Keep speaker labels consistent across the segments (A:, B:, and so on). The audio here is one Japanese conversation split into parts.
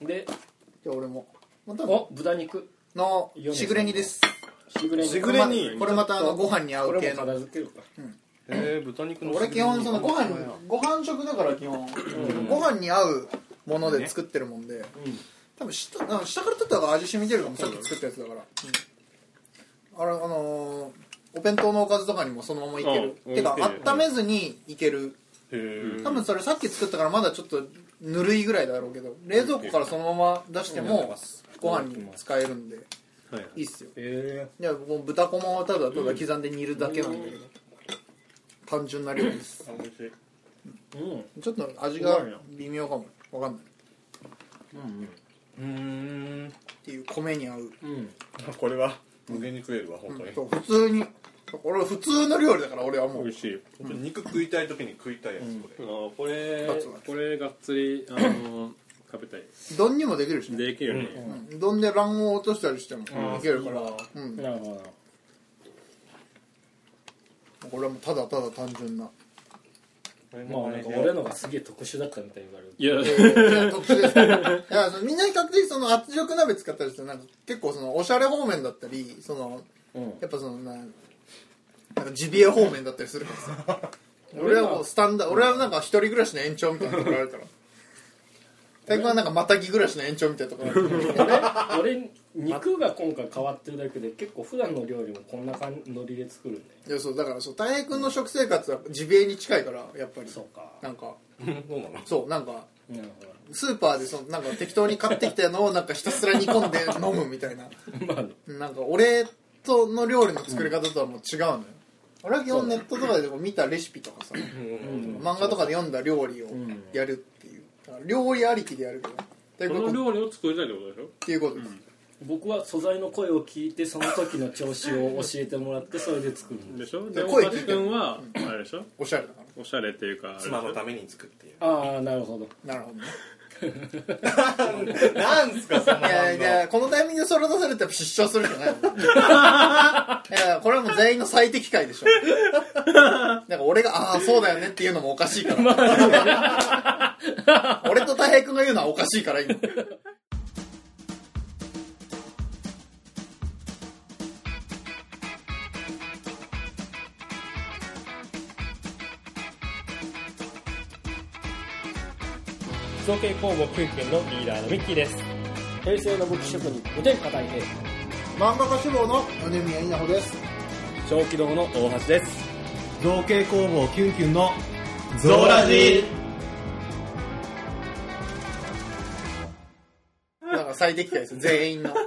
A: で
B: じゃあ俺もまた
A: お豚肉
B: のしぐれ煮です
A: しぐれ煮
C: し
B: こ
C: ぐ
B: れ
C: れ
B: ま
C: 煮
B: これまたあのご飯に合
A: こ
B: う
A: れ
B: 系
A: も
B: の
A: 片付けるか
C: えー、豚肉の
B: 俺基本そのご飯ご飯食だから基本ご飯に合うもので作ってるもんで多分下あ下から取った方が味染みてるかもさっき作ったやつだからあれあのーお弁当のおかずとかにもそのままいける
C: うん
B: てか
C: いける
B: 温めずにいける
C: へー
B: 多分それさっき作ったからまだちょっとぬるいぐらいだろうけど冷蔵庫からそのまま出してもご飯に使えるんで
C: はい
B: いいっすよ
A: え
B: いやもう豚こまをただただ刻んで煮るだけなんだけど単純な料理です
C: あ美味しい
A: えうん
B: ちょっと味が
A: うまいな
B: 微妙かもわかんないっ
C: うーん
B: ていう米に合う
A: うん
C: これは無限に食えるわ本当に、
B: そう普通に俺普通の料理だから俺はもう
C: 美味しい
D: 肉食いたい時に食いたいやつこ
E: あ
D: れ
E: ーこれ
B: 二つは
E: これがっつりあのー食べたいです
B: 丼にもできるしね
E: できるよね、
B: うん丼で卵黄を落としたりしてもいけるからうん
A: なるほど
B: これはもうただただ単純な
A: まあなんか俺のがすげえ特殊だったみたいに言われる
E: いや、
B: いや特殊ですからいやそのみんな比較的その圧力鍋使ったりしてなんか結構そのおしゃれ方面だったりその
A: うん
B: やっぱそのななんかジビエ方面だったりするからさ俺はもうスタンダー俺はなんか一人暮らしの延長みたいなとこやられたら大工はなんかまたぎ暮らしの延長みたいなところ
A: 俺肉が今回変わってるだけで結構普段の料理もこんな感じノリで作るんだよ
B: いやそうだからそう大平君の食生活はジビエに近いからやっぱり
A: そうか
B: なんか
C: どうなの
B: そうなんか
A: なるほど
B: スーパーでそのなんか適当に買ってきたのをなんかひたすら煮込んで飲むみた いな
A: まあね
B: なんか俺との料理の作り方とはもう違うのよ、俺は基本ネットとかでこう見たレシピとかさ、漫画とかで読んだ料理をやるっていう、だから料理ありきでやるけど大
E: この
B: 学っ
E: 料理を作りたいってことでしょ
B: ていうことです、
A: 僕は素材の声を聞いてその時の調子を教えてもらってそれで作るんで
E: でしょで
B: 声
E: 大橋君はあれでしょ
B: おしゃれだか
E: おしゃれっていうかあれでし
D: 妻の
E: ょ
D: ために作っている
A: ああなるほど
B: らなるほどね
D: なんすかその
B: いやいやこのタイミングでそれ出されて失笑するじゃないもんいやこれはもう全員の最適解でしょなんか俺が「ああそうだよね」っていうのもおかしいから 俺とた平君が言うのはおかしいから今
F: 造形工房キュンキュンのリーダーのミッキーです
A: 平成の武器職人無天下大平
B: 漫画家志望の米宮稲穂です
F: 小気道の大橋です
G: 造形工房キュンキュンの
D: ゾーラジ
B: だから最適解です全員のなんか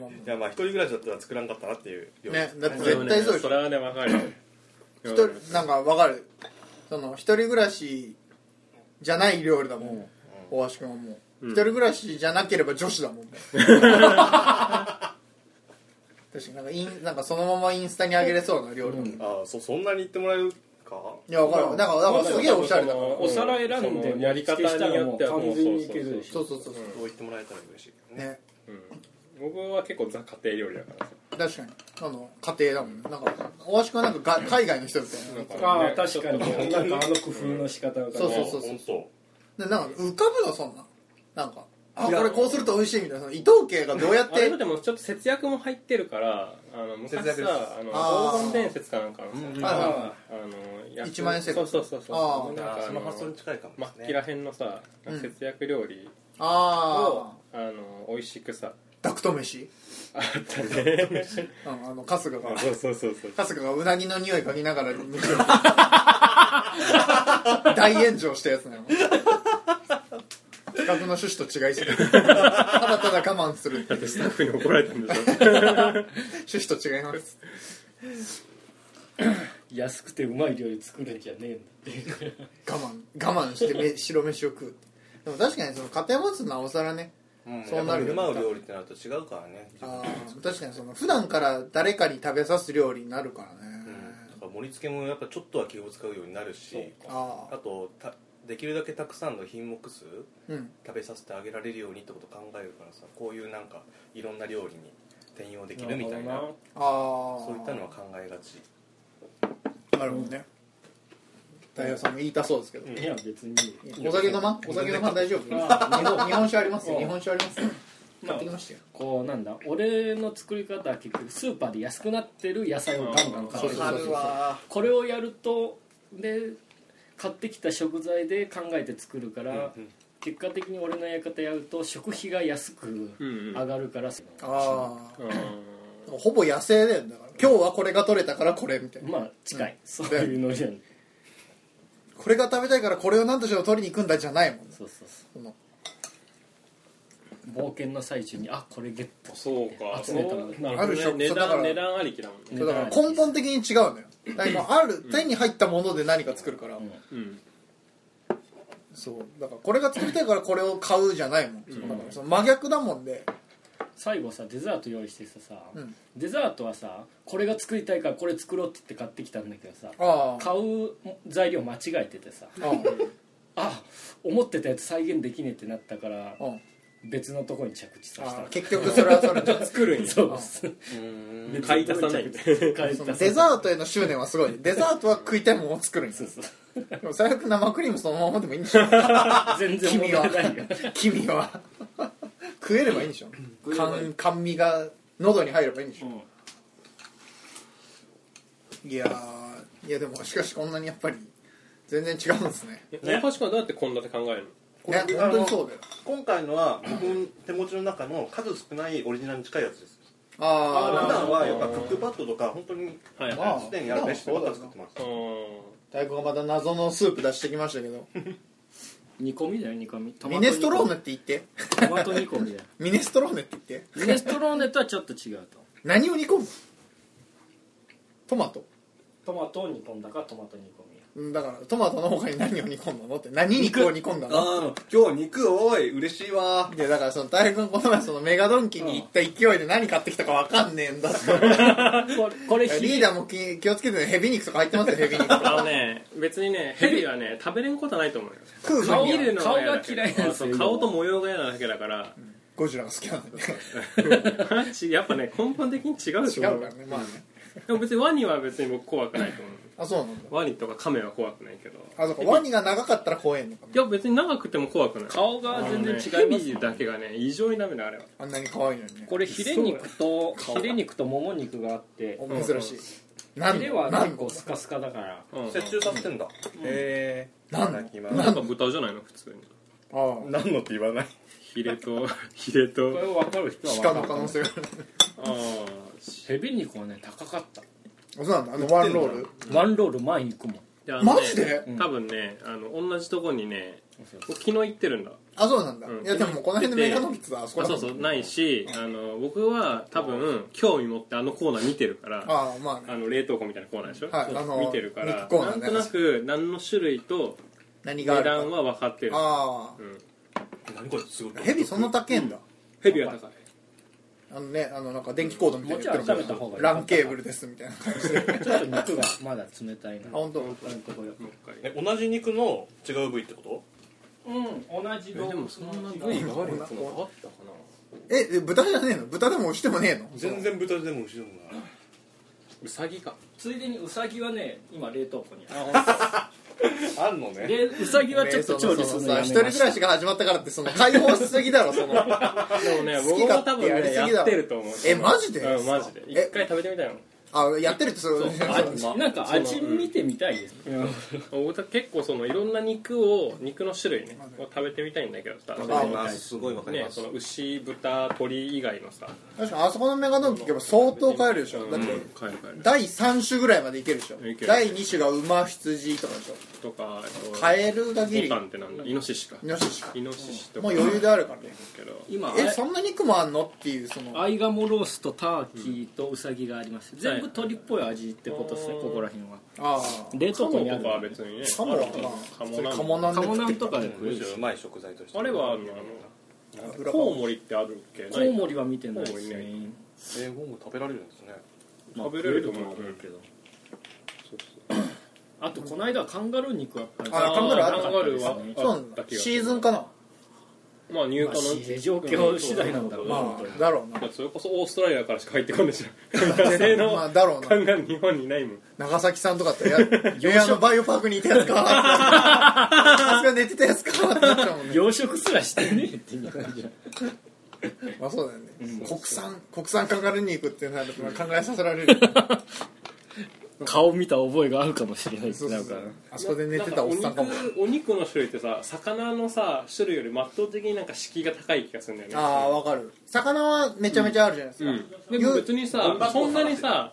B: もう
D: いやまあ一人暮らしだったら作らんかったなっていう料理
B: ねだって絶対そうでし
E: そ
B: ょ
E: れはねわかるよ
B: 一人なんかわかるその一人暮らしじゃない料理だもん大橋君はもう、一人暮らしじゃなければ女子だ もん確かになんかインなんかそのままインスタに上げれそうな料理だもん、い
D: ああそそんなに言ってもらえるか
B: やわかるなんかなんかすげえおしゃれだから
E: うん
A: お皿選んで
E: そのやり方によってはもう
A: 完全にいけるでしょ
B: そうそうそうそう
D: そう言ってもらえたら嬉しいけどね
B: ね
E: 僕は結構ザ家庭料理だからさ
B: 確かにあの家庭だもんねなんか大橋君はなんかが海外の人みたいな
A: ああ確かになんかあの工夫の仕方が
B: そうそうそう
D: 本当
B: でなんか浮かぶのそんななんかあこれこうすると美味しいみたいなその伊藤家がどうやっ
E: あれ
B: て
E: もでもちょっと節約も入ってるからあの昔
D: 節約です
E: さあの
B: あー
E: 黄金伝説かなんかのさ
B: はいはい
A: あ
E: あの焼く
B: 一万円節
E: そ
B: 約
E: うそうそうそう
B: あー
E: なん
D: あ
E: か
D: あ
E: あ
D: その発想に
E: の
D: 近いかもです
E: 末
D: ね
E: 期らへんのさ
B: うん
E: 節約料理
B: ああ
E: をあの美味しくさ
B: ダクト飯、
E: あったね
B: うん、あの春日が
E: そうそうそうそう
B: 春日がうなぎの匂い嗅ぎながら飯を大炎上したやつなの企画の趣旨と違いすぎるただただ我慢するっていう
E: スタッフに怒られたんでしょ
B: 趣旨と違います
A: ー安くてうまい料理作るんじゃねえんだ
B: 我慢我慢してめ白飯を食うでも確かにその家庭持つのはなおさらね
D: うん
B: そうなるよ
D: やっぱ振る舞う料理ってなると違うからね
B: あー確かにその普段から誰かに食べさす料理になるからね、
D: うんだから盛り付けもやっぱちょっとは気を使うようになるし
B: ああ
D: あとたできるだけたくさんの品目数
B: うん
D: 食べさせてあげられるようにってこと考えるからさこういうなんかいろんな料理に転用できるみたいな
B: ああ
D: そういったのは考えがち
B: なるほどね太陽さんも言いたそうですけど、
A: いや別に
B: お酒飲まんお酒飲まん大丈夫日
A: あ
B: 本日本酒ありますよ
A: うん
B: 日本酒ありますよ買
A: ま
B: っ
A: あ
B: てきましたよ
A: こうなんだ俺の作り方は結局スーパーで安くなってる野菜をガンガン買って
B: そう
A: く
B: そうそう
D: 春は
A: これをやるとで買ってきた食材で考えて作るから、結果的に俺のやり方やると食費が安く
E: うん
A: 上がるから、
B: ああ
E: あ
B: ほぼ野生だよねだから今日はこれが取れたからこれみたいな
A: まあ近い、そういうノリなんで
B: これが食べたいからこれを何としても取りに行くんだじゃないもん
A: そうそうそ
B: その
A: う冒険の最中にあこれゲット
E: そうか
A: 集めたもの
E: そうなる
B: あ
E: ほ
B: る
E: ど
B: 食
E: ね値
B: そうだか
E: 段
B: ら
E: 値段ありきだもんね
B: だから根本的に違うのよだからある手に入ったもので何か作るから、
E: うん
B: そうだからこれが作りたいからこれを買うじゃないもん、だからその真逆だもんで
A: 最後さデザート用意してささ、
B: うん
A: デザートはさこれが作りたいからこれ作ろうって言って買ってきたんだけどさ
B: ああ
A: 買う材料間違えててさ
B: うん
A: あ思ってたやつ再現できねえってなったから
B: うん
A: 別のとこに着地させ
B: あ
A: た
B: あ結局それはそれ
A: 作るん そうです
E: 買い足さないんだ
A: 買い
B: そ
A: 足
B: の
A: さ
B: デザートへの執念はすごいデザートは食いたいものを作るんですでも最悪生クリームそのままでもいいんでし ょ
A: 全然問題ないよ
B: 君は食えればいいんでしょ甘甘味が喉に入ればいいんでしょ、いやーいやでもしかしこんなにやっぱり全然違うんですね
E: 大橋君はどうやって献立考える
B: ね
D: これ
B: 本当にそうだよ
D: 今回のは僕の手持ちの中の数少ないオリジナルに近いやつです普
B: あ
D: 段はやっぱクックパッドとか本当に
E: のはい
B: まあ
E: は
D: すでにあるレシピばっか作ってます
E: いうん
B: あ大悟がまた謎のスープ出してきましたけど
A: 煮込みだよ煮込みトマ
B: ミ
A: ト
B: ネストローネって言って
A: トマト煮込みだよ
B: ミネストローネって言って
A: ミネストローネとはちょっと違うと
B: 何を煮込むトマト
A: トマトを煮込んだかトマト煮込み
B: うんだからトマトの他に何を煮込んだのって何肉を煮込んだの
D: ああ今日肉多い嬉しいわ
B: でだからその大悟がこの前そのメガドンキに行った勢いで何買ってきたか分かんねえん だって
A: これこれひ
B: リーダーも気気をつけてねヘビ肉とか入ってますよ ヘビ肉
E: あのね別にねヘビはね食べれんことはないと思うよ
B: 食う
E: 顔
B: 分
E: 見
B: には
E: るの嫌だけど
A: 顔が嫌いなんですよ
E: そう顔と模様が嫌なだけだから
B: ゴジラが好きなんで
E: ちやっぱね根本的に違う
B: 違
E: と
B: う
E: 思
B: から
E: う
B: ねまあね
E: でも別にワニは別に僕怖くないと思う
B: あそうなんだ
E: ワニとかカメは怖くないけど
B: あそうかワニが長かったら怖えのか
E: いや別に長くても怖くない
A: 顔が全然違います
E: ヘビだけがね異常にダメだあれは
B: あんなに可愛いのにね
A: これヒレ肉とヒレ肉ともも肉があって
B: お珍しいなん
A: ヒレは
B: な
A: 結
B: ん
A: 構スカスカだから
E: うん
D: 接中させてんだへ
B: なん
D: いただきま
B: な
D: す
E: なんか豚じゃないの普通に
B: ああ
C: 何のって言わない
E: ヒ レとヒレ
A: ことれを分かる人は分
B: 鹿
A: か
B: の
A: る
B: 可能性がある
E: ああ
A: ヘビ肉はね高かった
B: そうなんだあのワンロール
A: ワンロール前に行くもん
E: であのね
B: マジで
E: 多分ねあの同じとこにね僕昨日行ってるんだ
B: あそうなんだ
E: うん
B: いやでもこの辺でメガドンキってあそこだ
E: あ
B: も
E: そうんそうないしあの僕は多分興味持ってあのコーナー見てるから
B: ああまあね
E: あの冷凍庫みたいなコーナーでしょ、
B: はいあの
E: 見てるから
B: 肉コーナー
E: なん
B: ね
E: となく何の種類と
B: 何があ
E: 値
B: る
E: 段
B: か
E: は分かってる
B: あ
E: うん
D: 何これすごい
B: あヘビそんな高えんだ
E: ヘビは高い
B: あのねあのなんか電気コードみたいなの
A: もうちょい温めた方がいい
B: ランケーブルですみたいな感じであ
A: ちょっと肉がまだ冷たいな
B: 本当
A: 今のところ
E: もう一回
D: え同じ肉の違う部位ってこ
A: う
D: と
A: ん同じ
E: えでもそんな部位があるやつもあったかな
B: ええ豚じゃねえの豚でも牛でもねえの
D: 全然豚でも牛でもないう
E: さぎか
A: ついでにウサギはね今冷凍庫にあ
D: あるのね
A: でウサギはちょっと調理す
B: そ
A: る
B: の
A: の
B: さ
A: やめ
B: 一
A: ま
B: 人暮
A: した
B: らしが始まったからってその解放しすぎだろその
E: でもね
B: 好
E: 僕
B: き
E: も
B: 勝手
E: 多分
B: やり
E: ね
B: す
E: や
B: ぎだ
E: ってると思う
B: えマジで
E: うんマジで
B: え
E: 一回食べてみたいの
B: あやってるってそれ
A: あなんか味見てみたいです
E: 僕た結構そのいろんな肉を肉の種類ねを食べてみたいんだけどさ
D: わかりますすごいわかり
E: ね
D: ま
E: そ
D: す
E: の牛豚鶏以外のさ
B: 確かにあそこのメガドンキ行けば相当買えるでしょだって
E: 帰る帰る
B: 第3種ぐらいまでいけるでしょ
E: いける
B: 第2種が馬羊とかでしょ
E: とかえっと
B: カエルがギリ
E: ボタンってなんだイノシシか
B: イノシシか
E: イノシシとか
B: もう余裕であるからね
E: けど
A: 今
B: えそんな肉もあんのっていうその
A: アイガモロースとターキーとウサギがあります全部鳥っぽい味ってことですねここら辺は
B: あ
A: 冷凍庫にあ
E: と
A: る
E: かは別にね
B: カモは
E: カモ
B: それ
E: なん
B: カモな
E: だ
B: ん
A: カ
B: で
A: モ
B: 食
A: ナ
B: って
A: ン
B: る
A: とかで食え
D: む
A: るし
D: しろうまい食材として
E: あれはあの
B: 油か
E: コウモリってあるっけ
A: コウモリは見てないです
E: コウモ
A: ね
D: 英語も食べられるんですね
A: まあ
E: 食べれると思う
A: 食えけどあとこの間カンガルー肉あったんです
B: あカンガルーあった
A: カンガルーは
E: あ
B: そうなんだシーズンかな
E: まあ入荷
A: まあ
E: の
A: 市場況次第なんだろうな
E: うん
B: ま
A: 本当に
B: あだろうな
E: だってそれこそオーストラリアからしか入ってこんで しょ野生の
B: まあだろうな
E: 缶が日本にないもん
B: 長崎さんとか ってやエアのバイオパークにいた やつかあそこ寝てたや つかってなっちゃうもんね
A: 養殖すらしてねえっていう
B: まあそうだよね、国産国産カンガルーに行くっていうのは考えさせられる
A: 顔見た覚えがあるかもしれないです
B: そう
A: ね
B: そ
A: な
B: うん
A: か
B: そうあそこで寝てたおっさんかも
E: なんかお肉お肉の種類ってさ魚のさ種類より圧倒的になんか敷居が高い気がするんだよね
B: ああわかる魚はめちゃめちゃあるじゃないですか、
E: うん、でも別にさそんなにさ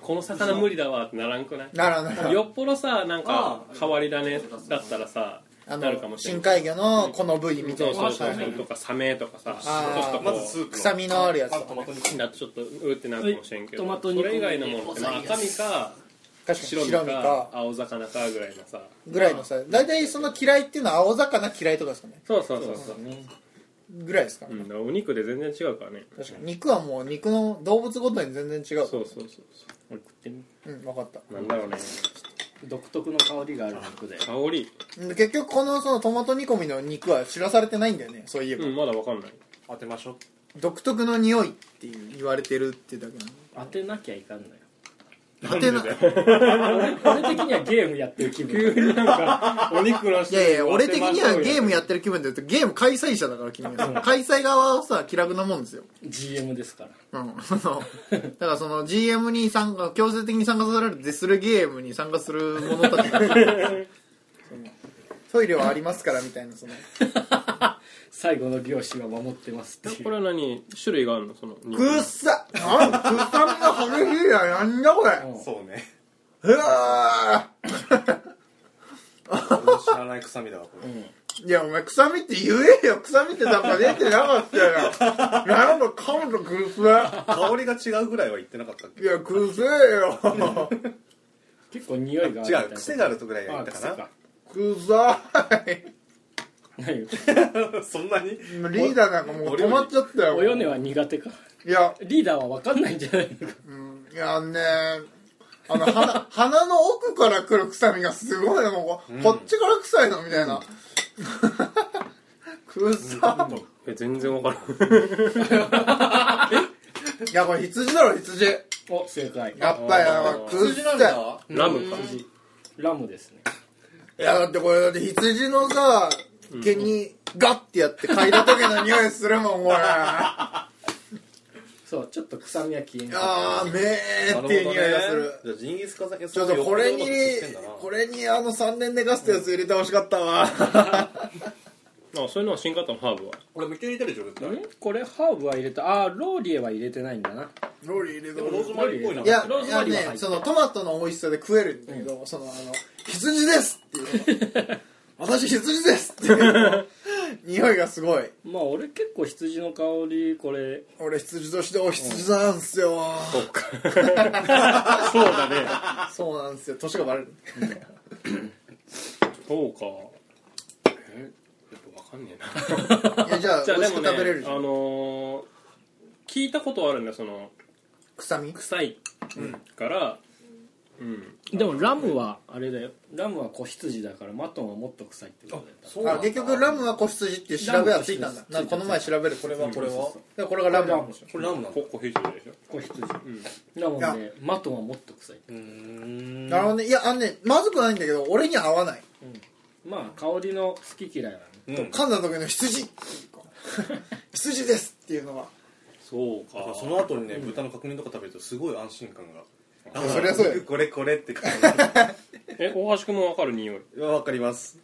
E: この魚無理だわってならんくない
B: ならなら
E: よっぽどさなんか変わり種だったらさ
B: あ
E: なるか
B: の
E: もしれ
B: 深
E: ない
B: 海魚のこの部位みた
E: そ
B: いうな
E: そうそう
B: はいはい
E: とかサメとかさ
B: あー
E: ちょっと
D: ま
E: こ
D: ずスープの
B: 臭みのあるやつ
D: あトマト肉
E: うだとちょっとうってなるかもしれんけど
A: トマト
E: そ
A: 煮込み
E: れ以外のものってまあ赤身か
B: 確かに
E: 白身
B: 白身
E: か
B: か
E: 青魚かぐらいのさ
B: ぐらいのさ大体その嫌いっていうのは青魚嫌いとかですかね
E: そうそうそうそう
B: ぐらいですか、ね
E: うんだからお肉で全然違うからね
B: 確かに肉はもう肉の動物ごとに全然違う
E: そうそうそうそ
A: 俺食ってみ
B: うん分かった
E: うなんだろうね
A: 独特の香りがある肉で
E: 香り
B: で結局このそのトマト煮込みの肉は知らされてないんだよねそういえば、
E: うんまだわかんない
D: 当てましょう
B: 独特の匂いっていう言われてるってだけなの
A: 当てなきゃいかんのよ
B: 当てな
A: 俺的にはゲームやってる気分
E: お肉の
B: いやい や俺的にはゲームやってる気分で言うとゲーム開催者だから君 はその開催側はさ気楽なもんですよ
A: GM ですから
B: うん、そのだからその GM に参加強制的に参加させられてするゲームに参加する者たちそのトイレはありますからみたいなその
A: 最後の漁師は守ってますってい
E: こ
A: う
E: れは何種類があるのその肉
B: くっさなんくさみが激しいやなんだこれ
A: うん
D: そうね
B: うわ
D: 俺の知らない臭みだわこれ
B: ーいやお前臭みって言えよ臭みってなんか出てなかったよなんか噛むとくっせ
D: 香りが違うぐらいは言ってなかったっけ
B: いやくせえよ
A: 結構匂いがあるみたいな
D: 違う癖があるとぐらいは言った
A: あ癖
D: か
A: か
B: くさい
A: 何よ
D: なそんなに
B: リーダーなんかもう止まっちゃったよ
A: およねは苦手か
B: いや
A: リーダーは分かんないんじゃないのか
B: うんいやねあの鼻 鼻の奥から来る臭みがすごいのこ,、こっちから臭いのみたい なくっさ
E: え全然わからん
B: いやこれ羊だろ羊やっ
A: お正解
B: ぱりあのくっさ
E: ラムか
A: ラムですね
B: いいやだってこれだって羊のさ毛にガッてやって嗅いだ時の匂いするもんこ れあ
A: そうちょっと臭みは消えない
B: ーめーっていう匂いがする
D: じゃあジンギスカンさん
B: ちょっとこれにこれにあの3年寝かせたやつ入れてほしかったわ
E: あそういうのは新型のハーブは
D: 俺めっちゃ入れてるでしょ絶対
A: んこれハーブは入れたあーローリエは入れてないんだな
B: ローリー入れてほしい
D: ローズマリーっぽいない
B: や
A: ロー
B: い
A: ズ
B: や
A: マリーは入って
B: ねそのトマトの美味しさで食えるんだけど、そのあの羊ですっていうの私羊ですっていう匂いがすごい
A: まあ俺結構羊の香りこれ
B: 俺羊としてお羊なんすよ、
E: そうだね
B: そうなんですよ年がバレる
E: そうかえやっぱわかんねえない
B: やじゃあ
E: じゃあ
B: 美
E: で
B: 味し
E: も
B: く
E: ね
B: 食べれるじ
E: あ
B: ゃん、
E: のー聞いたことはあるんだよその
B: 臭み
E: 臭いからうん
A: でもラムはあれだよラムは子羊だからマトンはもっと臭いってことだよ
D: そう
B: あ結局ラムは子羊っていう調べはついたんだ
A: ラムは子羊
B: なんかこの前調べるこれはこれは
A: そうそう
B: でこれがラムなんでしょ
D: これラムなの
E: コッコヒジュでしょ
A: 子羊なもんでマトンはもっと臭い
D: うん
B: なるほどねいやあのねまずくないんだけど俺には合わない
A: まあ香りの好き嫌いはね
D: うん
B: 噛んだ時の羊っていうか羊ですっていうのは
E: そう
D: だから
E: か
D: その後にね豚の角煮とか食べるとすごい安心感が
B: やそりゃそうや
D: これこれって感じ
E: え大橋君もわかる匂い
D: いやわかります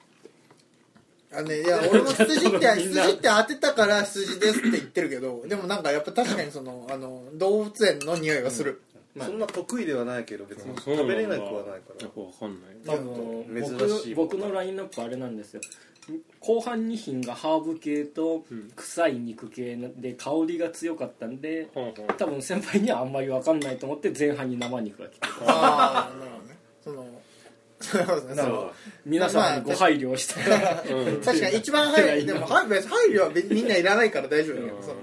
B: あのね、いや俺も 羊って羊って当てたから羊ですって言ってるけどでもなんかやっぱ確かにそのあの動物園の匂いがする、
D: そんな得意ではないけど別に食べれなくはないから
E: やっぱわかんない
A: あの
D: 珍しい
A: 僕僕のラインナップあれなんですよ後半2品がハーブ系と臭い肉系で香りが強かったんで
E: ほんほん
A: 多分先輩にはあんまり分かんないと思って前半に生肉が来て
B: ああなるほどねそのそうですね
D: な
B: そ
D: るほ
B: の
D: ど
A: 皆様にご配慮をして
B: 確かに一番配慮でも配慮別に配慮は別にみんないらないから大丈夫だけどその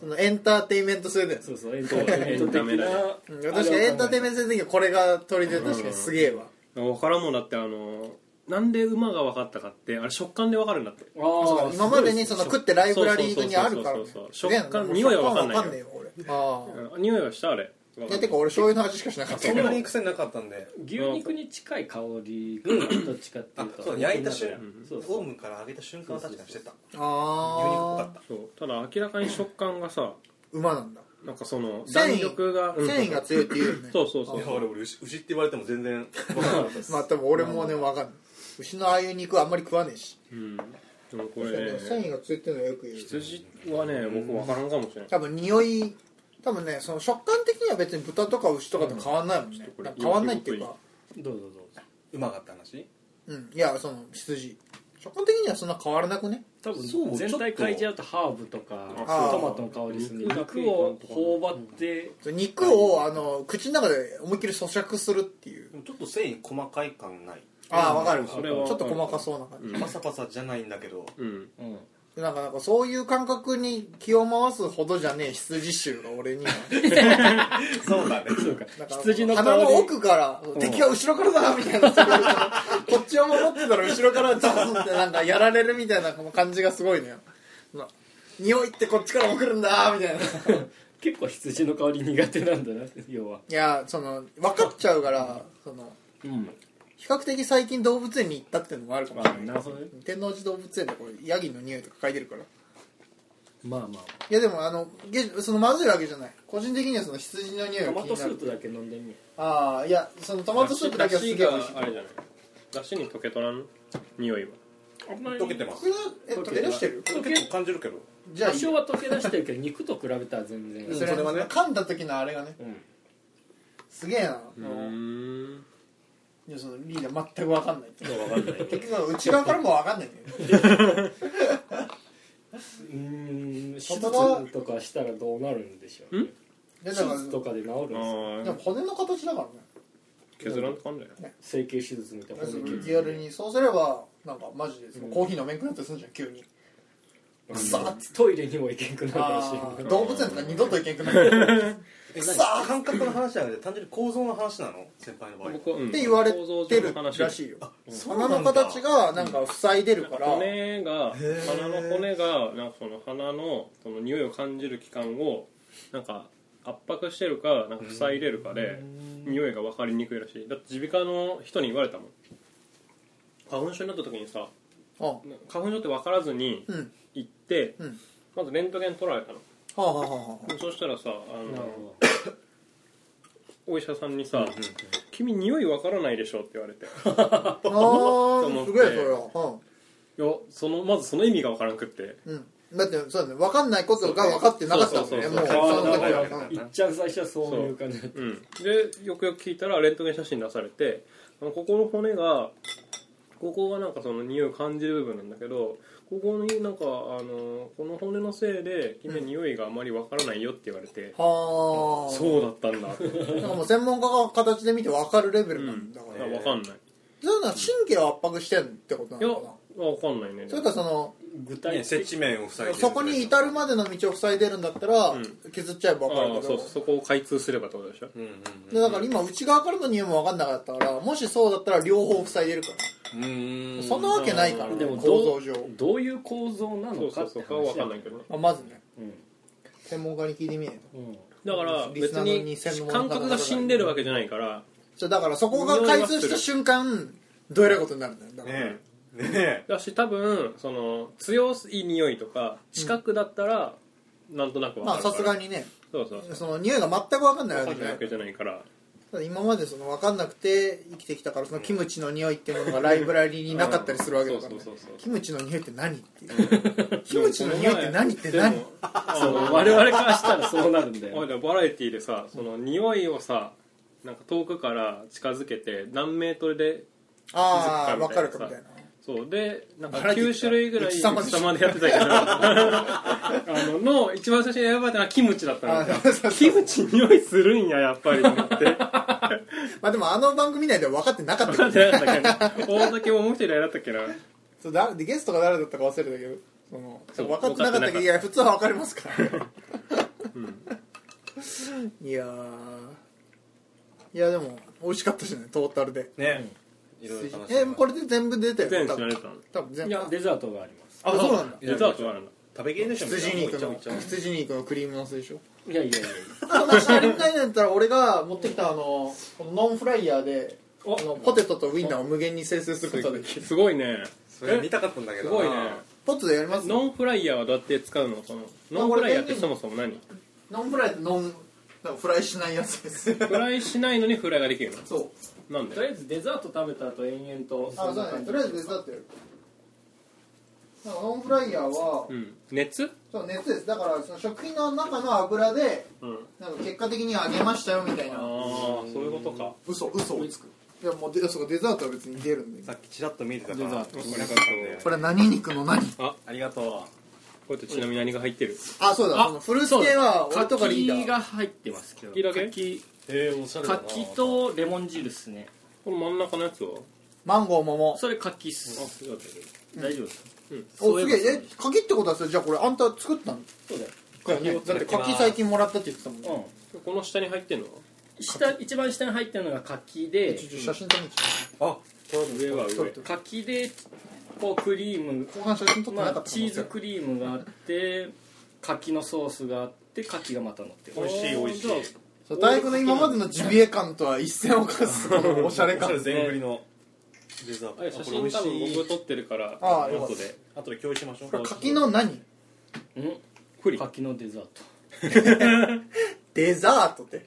B: そのエンターテインメント性だよ、
A: そうそうエンター
E: エンタメだね
B: うん、確かにエンターテインメント性的にこれが取り出ると確かにすげえわ
E: わからんもんだってあのーなんで馬が分かったかってあれ食感で分かるんだって
A: あー
B: そうだ今までにその食ってライブラリーにあるから
E: そうそうそうそう食感匂いは分かんないよ
B: よ俺あ
E: うん匂いはしたあれ
B: あいやてか俺醤油の味しかしなかった
D: そんなに癖なかったんで
A: 牛肉に近い香りがどっちかっていう
D: あ
A: と
D: そう焼いた瞬
A: そう
D: オ
A: そ
D: ー
A: う
D: ブンから揚げた瞬間は確かにしてた牛肉っぽか
B: ああ
D: った
E: そうただ明らかに食感がさ
B: 馬なんだ
E: なんかその
B: 繊
E: 弾
B: 維
E: 力がうん
B: 繊維が強いっていうよね
E: そうそうそう
D: いや俺俺牛牛って言われても 全然分からなかったです
B: まあでも俺もね分かんない牛のああいう肉あんまり食わねえし
E: うんでもこ
B: そう
E: れ
B: ね繊
E: ね
B: 維がついてるのよく言う
E: 羊はね僕分からんかもしれない
B: 多分匂い多分ねその食感的には別に豚とか牛とかと変わんないもんね、
E: うん
B: なんか変わんないっていうか
A: どうぞどうぞ
D: うまかった話
B: うんいやその羊食感的にはそんな変わらなくね
A: 多
D: そう
A: 分全体嗅いじゃうとハーブとか
B: あ
A: トマトの香りするんで肉を頬張って
B: 肉をあの口の中で思いっきり咀嚼するっていう
D: でもちょっと繊維細かい感ない
B: ああ分かる
E: それは
B: ちょっと細かそうな感じ、
D: パサパサじゃないんだけど
E: うん
A: うん
B: なんかなんかそういう感覚に気を回すほどじゃねえ羊臭が俺には
D: そうだね
A: そうか
B: なんか
A: 羊の香り
B: 鼻の奥から敵は後ろからだみたい なこっちを守ってたら後ろからジャズってなんかやられるみたいな感じがすごいのよな匂いってこっちからも来るんだ みたいない
A: 結構羊の香り苦手なんだな要は
B: やその分かっちゃうからその
A: うん
B: 比較的最近動物園に行ったっていうのもあるかもしれない
A: なるほどね
B: 天王寺動物園でこれヤギの匂いとか嗅いでるから
A: まあま
B: いやでもあのげそのまずいわけじゃない個人的にはその羊の匂い
A: あト
B: が
A: マト
B: 気にな
A: ス
B: る
A: ープだけ飲んでみ
B: ああいやそのトマトスープだけはすげえ美味しい
E: だしがあれじゃないだしに溶けとらん匂いは
A: あんまり
D: 溶けてま
B: こ
D: す
B: れはえ
A: 溶
B: 溶
A: け
B: け出してる
A: 溶け
D: 結構感じるけど
B: じゃあ
A: 多少は溶け出してるけど肉と比べたら全然
B: それ
D: それはね
B: 噛んだ時のあれがね
A: うん
B: すげえな
E: うーん
B: いやそのリーダー全く分かんない
A: そうわかんない
B: 結局内側からも分かんないんだよ
A: うーん手術
B: 外側
A: とかしたらどうなるんでしょうね
B: で
A: 手
B: だから
A: 術とかで治るんですよ
E: あ
B: で
E: あ
B: も骨の形だからね
E: 削らんとかんだよ
A: 整形手術みたいな骨切
B: リアルにそうすればなんかマジでそのコーヒー飲めんくなってすんじゃん急に
A: るくさーっつトイレにも行けんくなるかもし
B: あ
A: れ
B: ー
A: ない
B: 動物園とか二度と行けんくなる
D: え
B: 何
D: 何感覚の話じゃなくて単純に構造の話なの先輩の場合
E: 僕はうん
B: って言われ
E: 構造
B: て
E: 上の
B: る
E: 話
B: らしいよ
D: そうな
B: 鼻
D: んだ
B: の形がなんか塞いでるから
E: 骨が
D: へー
E: 鼻の骨がなんかその鼻のその匂いを感じる器官をなんか圧迫してるかなんか塞いでるかで匂いが分かりにくいらしいだって耳鼻科の人に言われたもん花粉症になった時にさ
B: うんは
E: 花粉症って分からずに
B: うん
E: 行って、
B: うん
E: まずレントゲン取られたの
B: あはあはあはあ
E: そしたらさあ
A: なる
E: の
A: ほ
E: お医者さんにさ「君匂い分からないでしょ」って言われて
B: あ
E: 思
B: ー
E: っ
B: す
E: て
B: げえそれは、
E: いやそのまずその意味が分からんくって
B: うんうん、だってそうだね分かんないことが分かってなかったもんね
E: そう
B: も
E: そうう
A: ど
E: そ
B: その時
A: あ
B: は
A: ーだから
B: うん
A: いっちゃん最初はそういう感じだっ
E: うん、でよくよく聞いたらレントゲン写真出されてあのここの骨がここがなんかその匂いを感じる部分なんだけどここになんかあのこの骨のせいで君は匂いがあまりわからないよって言われて、
B: はあ
E: そうだったんだって
B: だからもう専門家が形で見て分かるレベルなんだ
E: だ
B: か、
E: かららわかんない
B: そういうのは神経を圧迫してんってことない
E: や
B: のかな
E: わかんないね
B: それかその
A: た具
D: ね
A: 体
D: 接
A: 的
D: 地面を塞いでる
B: そこに至るまでの道を塞いでるんだったら、
E: ん
B: 削っちゃえば分かる
E: ああ
B: け
E: そ
B: ど
E: うそうそこを開通すればってことでしょ
D: うんうん
B: でだから今内側からの匂いも分かんなかったからもしそうだったら両方塞いでるから、
D: うんうん
B: そんなわけないから、ね
A: でも
B: 構
A: ど
B: 造
A: う
B: 上、
A: どういう構造な
E: そ
A: の
E: うそ
A: か
E: う
A: っ
E: そ
A: て
E: こはわ
A: 話
E: か
A: だ
E: んないけどね
B: まあ、まずね
A: うん
B: 専門家に聞いてみないと
A: うん
E: だから
B: リス
E: 別
B: ナーの
E: に
B: 2000の
E: 感覚が死んでるわけじゃないから
B: じゃあだからそこが開通した瞬間どえらいことになるんだよだから、
D: ねえね
E: だし多分その強い匂いとか近くだったらなんとなくわ
B: まあ
E: かるから
B: さすがにね
E: そうそうそう
B: その匂いが全く分かんないわけ
E: わ
B: じゃな
E: かんないわ
B: い
E: けじゃないから
B: ただ今までその分かんなくて生きてきたからそのキムチの匂いっていうものがライブラリーになかったりするわけだからね、
E: そうそうそうそう
B: キムチの匂いって 何っていうキムチの匂いって何って何
E: でもあ
A: そう我々からしたらそうなるんだ
E: おい
A: よ
E: でもバラエティでさその匂いをさなんか遠くから近づけて何メートルで
B: ああ
E: 気
B: 分
E: づ
B: か
E: くか
B: るか
E: みた
B: み
E: いなさ
B: たいな
E: そうでなんか
B: バラエティー
E: 9種類ぐらい
B: 内様でしょ
E: 内様でやってたけど あのの一番最初に選ばれたのはキムチだったん
B: あそう
E: です
B: そう
E: よ キムチ匂いするんややっぱりと思って
B: まあでもあの番組内では分かってなかったけど
E: なんでなんだっけな大竹ももう一人誰だったっけな
B: そうだゲストが誰だったか忘れたけどその
E: そう
B: 分かってなかったけどいや普通は分かりますから、いやーいやでも美味しかったしねトータルで
D: えねいろいろ楽し
B: え
D: み
B: これで全部出てる
E: 全
B: 多
E: 部調
B: 分
E: べたの
B: 多分全
A: い
B: 部
A: やデザートがあります
B: あそうなんだ
E: デザートがあるんだ
D: 食べきれないでしょ
B: 羊
D: みんな
B: 肉
D: もう
B: の
D: いっちゃういっちゃ
B: 羊肉のクリームのせでしょ
A: いやいやいやい
B: あまあ足りないんだったら俺が持ってきたあのこのノンフライヤーであ
A: お
B: のポテトとウインナーを無限に生成することができる
E: すごいね
D: うそれ見たかったんだけ
E: す
D: ど
E: ごいね
D: な
B: ポテトやります
E: ノンフライヤーはどうやって使うのそのノンフライヤーってそもそも何
B: ノンフライってノンなんかフライしないやつです
E: フライしないのにフライができる
B: そう
E: のなん
A: や
E: で
A: とりあえずデザート食べた後延々と
B: あそうだねとりあえずデザートやるなんかノンフライヤーは、
E: うん熱
B: そう熱ですだからその食品の中の油で
E: うん
B: なんか結果的に揚げましたよみたい
E: あ
B: な
E: あそういうことか
B: 嘘嘘をつくいやもうデそうかデザートは別に出るん
D: さ
B: で
D: っきちらっと見えてたから
A: デザー
D: こ
A: ト
D: れよかったんだよね
B: これ何肉の何
D: ありがと
E: これってちなみに何が入ってる
B: あそうだそのフルーツ系は俺とかリーダ
A: 柿
B: ー
A: が入ってますけど
E: 柿だけ
A: 柿
D: うへえおしゃれだな
A: 柿とレモン汁っすね
E: この真ん中のやつは
B: マンゴー桃
A: それ柿っす、
E: そうだったけど
A: 大丈夫です
B: おすげえ
A: そういえば
B: え柿ってことはさじゃあこれあんた作ったの
A: そうだよ
B: だよねだって柿最近もらったって言ってたもんね
A: う
E: この下に入ってんの
A: ん下一番下に入ってるのが柿で
B: ちょちょ写真撮って
E: 上は
B: 撮っ
E: 上
B: て
A: 柿でこうクリーム
B: 後半写真撮ってなかっ
A: ま
B: た
A: あ、チーズクリームがあって柿のソースがあって柿がまた乗ってる
E: 美味しい美味しい
B: そう大工の今までのジビエ感とは一線を画すこのおしゃれ
D: おしゃれ
B: 感
D: 全振りのデザー
E: あれ
D: トあこ
E: 写
D: れ美
E: 真
D: 味
E: 多分
D: しい
E: 僕撮ってるから
B: ああよかっ
E: 後
B: た
E: で
D: あとで共有しましょう
B: これ柿の何
E: 栗
A: 柿のデザート
B: デザートって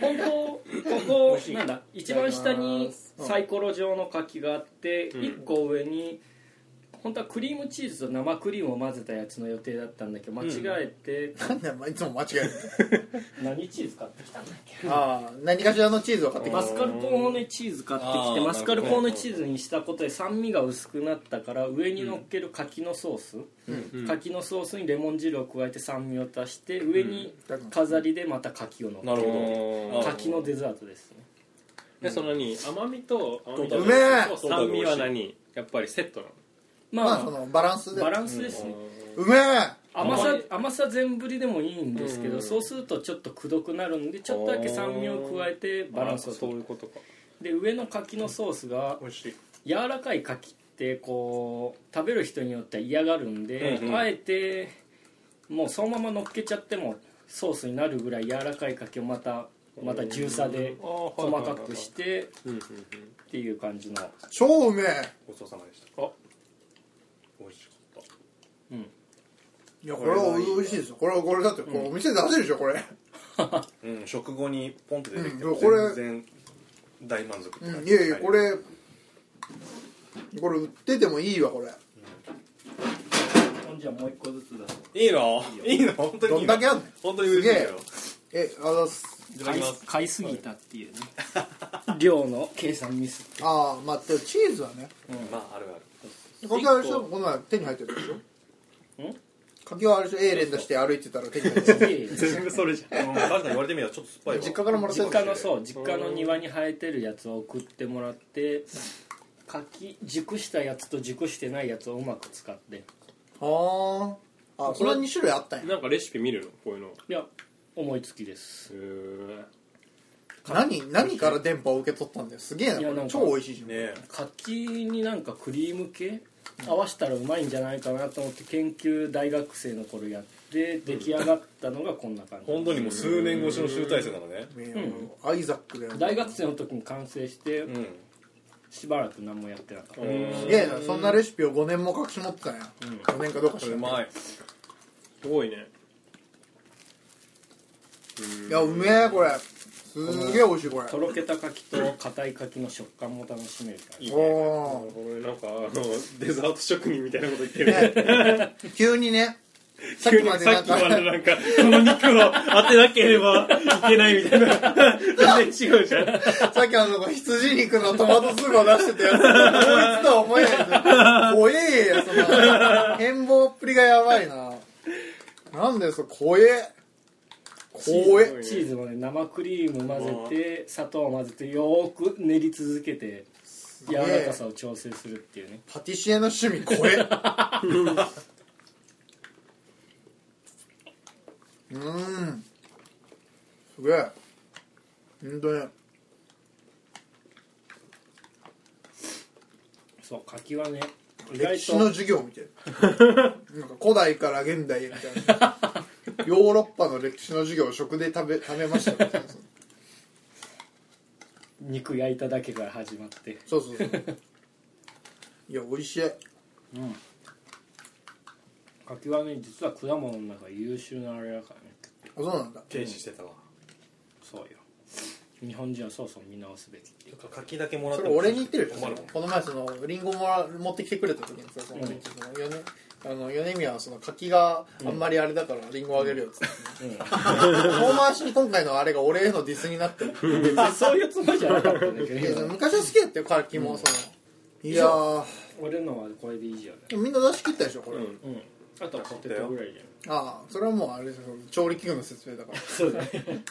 A: 本当ここなんだ一番下にサイコロ状の柿があって
E: ん
A: 一個上に本当はクリームチーズと生クリームを混ぜたやつの予定だったんだけど間違えて
B: なんだよいつも間違える
A: 何チーズ買ってきたんだっけ
B: ああ何かしらのチーズを買ってき
A: マ
B: ます
A: スカルポーネチーズ買ってき
D: あ
A: て
D: ー
A: マスカルポーネチーズにしたことで酸味が薄くなったから上に乗っける柿のソース、
E: うん
A: 柿のソースにレモン汁を加えて酸味を足して上に
B: うん
A: 飾りでまた柿を乗っけ
D: なるほ
E: ど
A: る柿のデザートですね
E: でその何甘みと甘みと
B: うめえ
E: そう酸味は何やっぱりセットなの
A: ま
B: まあ
A: あ
B: そのバランスで
A: バランスですね
B: うめえ
A: 甘さ甘さ全振りでもいいんですけ
E: う
A: ど
E: ん
A: そうするとちょっとくどくなるんでちょっとだけ酸味を加えてバランスを
E: そ
A: 取
E: うい
A: る
E: うことか
A: で上の柿のソースが
D: 美味しい
A: 柔らかい柿ってこう食べる人によっては嫌がるんで、
D: うんうん
A: あえてもうそのまま乗っけちゃってもソースになるぐらい柔らかい柿をまたまた重さで
E: あー
A: 細かくして
E: うんうん
A: っていう感じの
B: 超うめえ
D: ごちそうさまでした
E: あ
D: 美味しかった
B: いやこれは美味しいですよこれはこれだってこうお店で出せるでしょこれ
D: うん食後にポンと出てきて
B: うん
D: も
B: これ
D: 全然大満足
B: うんいやいやこ
D: れ
B: れこれ売っててもいいわこれ
A: じゃあもう一個ずつだ
D: いいのいいの本当に
B: ど
D: いい
B: ん
D: の
B: だけあんの
D: 本当に嬉しい
B: すげえ
D: よ
B: えあざっす
D: いただ
A: 買
D: き
A: い
D: ます
A: 買いすぎたって いうね量の計算ミス
B: ああまあでもチーズはね
D: まああるある
B: 柿はあれでしょこの前手に入ってるでしょ
A: ん
B: 柿はあれでしょエーレン出して歩いてたら手に入ってる
D: 全部それじゃん確かに言われてみればちょっと酸っぱいわ
B: 実家からもらった
A: 実
B: やつ
A: 家のそう実家の庭に生えてるやつを送ってもらって柿熟したやつと熟してないやつをうまく使って
B: はああそれは2種類あったんや
E: なんかレシピ見るのこういうのへ
A: いや思いつきです
E: え
B: 何何から電波を受け取ったんだよすげえ
A: いや
B: なこ
A: なん
B: れ
A: か
B: 超美味しいじゃん
D: ねえ
A: 柿になんかクリーム系合わせたらうまいんじゃないかなと思って研究大学生の頃やって出来上がったのがこんな感じ、
C: 本当にもう数年越しの集大成なのね
B: ねえアイザックだよ
A: 大学生の時に完成して
D: うん
A: しばらく何もやってなかった、
B: すげえなそんなレシピを5年も隠し持ってたんや5年かどうかし
D: う
B: ら
D: まい
E: すごいね
B: いやうめえこれすげえ美味しいこれ
A: とろけた柿と硬い柿の食感も楽しめるから
B: おお
E: これなんかあの デザート職人みたいなこと言ってる
B: ー急にねさっきまで
E: さ
B: な
E: っ
B: ん
E: きま
B: か
E: でなんかこの肉を当てなければいけないみたいな全然違うじゃん
B: さっきあの羊肉のトマトスープを出してたやつこいつとは思えない怖えよその変貌っぷりがやばいななんでそれ怖え怖え
A: チーズもね生クリーム混ぜて砂糖を混ぜてよーく練り続けて柔
B: げえ
A: らかさを調整するっていうね
B: パティシエの趣味怖えうーんすげえほんとに
A: 柿はね意
B: 歴
A: 外
B: 史の
A: と
B: 授業みたい ななんか古代から現代へみたいなヨーロッパの歴史の授業を食で食べ食べましたみたいな
A: 肉焼いただけから始まって
B: そうそうそういや美味しい
A: うん柿はね実は果物の中で優秀なあれだからね
B: あそうなんだ
D: 軽視してたわ
A: そうよ日本人はそうそう見直すべきっていうか
D: 柿だけもらっ
B: そ
D: て
B: れ俺に言ってるよ
D: 困るもん
B: この前そのリンゴもら持ってきてくれた時にさその、
A: うん
B: その米あの米宮はその柿があんまりあれだからリンゴあげるよっつって、遠回しに今回のあれが俺へのディスになってる
A: 別にそういうつもりじゃなかったんだけ
B: いやで
A: ど
B: も
A: 今
B: 昔は好きだったよ柿もその、いやー
A: 俺のはこれでいいじゃん
B: でもみんな出し切ったでしょこれ、
E: うん
A: うんあとはポテトぐらいじゃん
B: ああそれはもうあれですよ調理器具の説明だから
A: そうだね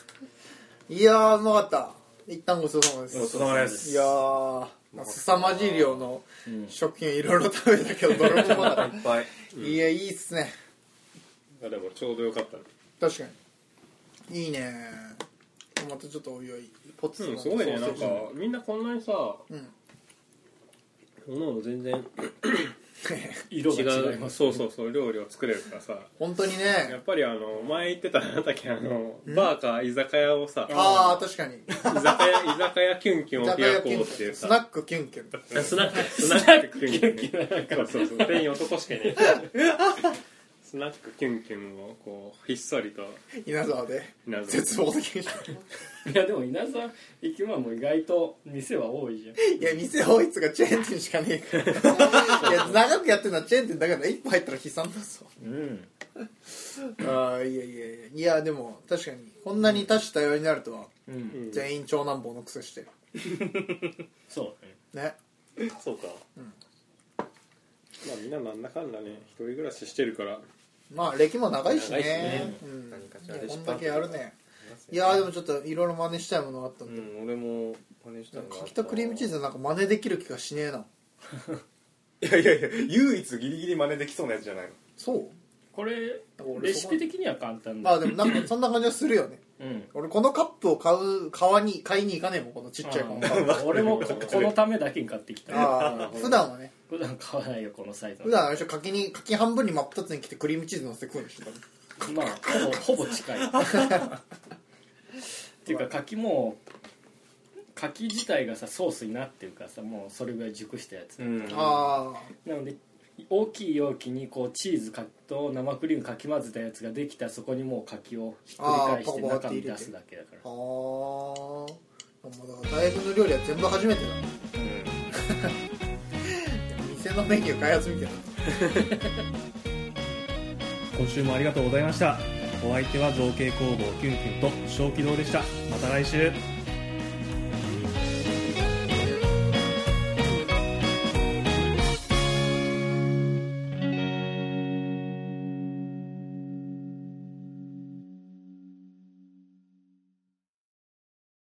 B: いやーうまかった一旦ごちそうさまです
D: ごちそうさまです
B: いやー凄まじい量の
A: うん
B: 食品いろいろ食べたけどどれもうまかっ
D: いっぱい
B: たいやいいっすね
E: あでもちょうどよかったね
B: 確かにいいねまたちょっとおいおいポツ
E: う
B: ン
E: んすごいねなんかみんなこんなにさ
B: うん
E: おのおの全然
A: 色
E: 違
A: が違いうます
E: そうそうそう料理を作れるからさ
B: 本当に
E: やっ
B: ね
E: ぱりあの前言ってたなんだっけあのバーか居酒屋をさ
B: ああ確 かに
E: 居酒屋居酒屋キュンキュン
B: 居
E: を
B: 酒
E: 開
B: 屋
E: こ
B: キュ
E: う
B: ン
E: って
B: キ
E: い
B: ュ
E: う
B: ン
E: さ
B: スナックキュンキュン
E: あスナックスナックキュンキュンそうそうそう店員男しかいないからスナックキュンキュンをこうひっそりと
B: 稲沢で
E: 謎に
B: 絶望的に
A: いやでも稲沢行きはもう意外と店は多いじゃん
B: いや店多いつがチェーン店しかねえ からいや長くやってるのはチェーン店だから一歩入ったら悲惨だぞ
A: うん
B: ああいやいやいやいやでも確かにこんなに多種多様になるとは
A: うん
B: 全員長男坊のくせして
A: そうね
B: ね
E: そうかまあみんななんだかんだね一人暮らししてるから
B: まあ歴も長いしね
E: 長いしね
B: うん
D: 何かし
B: い
D: ら
B: や
D: で
B: こん
D: 失
B: だ
D: 敗
B: けやるねいやーでもちょっといろいろ真似したいものがあったん
D: う
B: で、
D: ん俺も真似したのが
B: 柿とクリームチー
D: ズ
B: ズなんか真似できる気がしねえない
D: やいやいや唯一ギリギリ真似できそうなやつじゃないの
B: そう
A: これ
B: 俺
A: レ
B: そ
A: シ
B: こ
A: ピ的には簡単
B: まあ
A: だ
B: でもなんかそんな感じはするよね
A: うん
B: 俺このカップを買う買に買いに行かねえもんこのちっちゃいもん
A: あー俺もここのためだけに買ってきた
B: ああ普段はね
A: 普段買わないよこのサイズ
B: 普段あれでしょ柿に柿半分に真っ二つに切ってクリームチーズ乗せて食うんでしょ多分
A: まあほぼほぼ近 いっていうか柿も柿自体がさソースになってるからさもうそれぐらい熟したやつ、
D: うん
B: ああ
A: なので大きい容器にこうチーズかと生クリームかき混ぜたやつができたそこにもう柿をひっくり返して
B: あーパコパコ
A: 中
B: って入れ
A: 身
B: て
A: 出すだけだか
B: あーだから大学の料理は全部初めてだ店のメニュー開発みたいな
G: 今週もありがとうございましたお相手は造形工房キュンキュンと小気道でしたまた来週
A: ら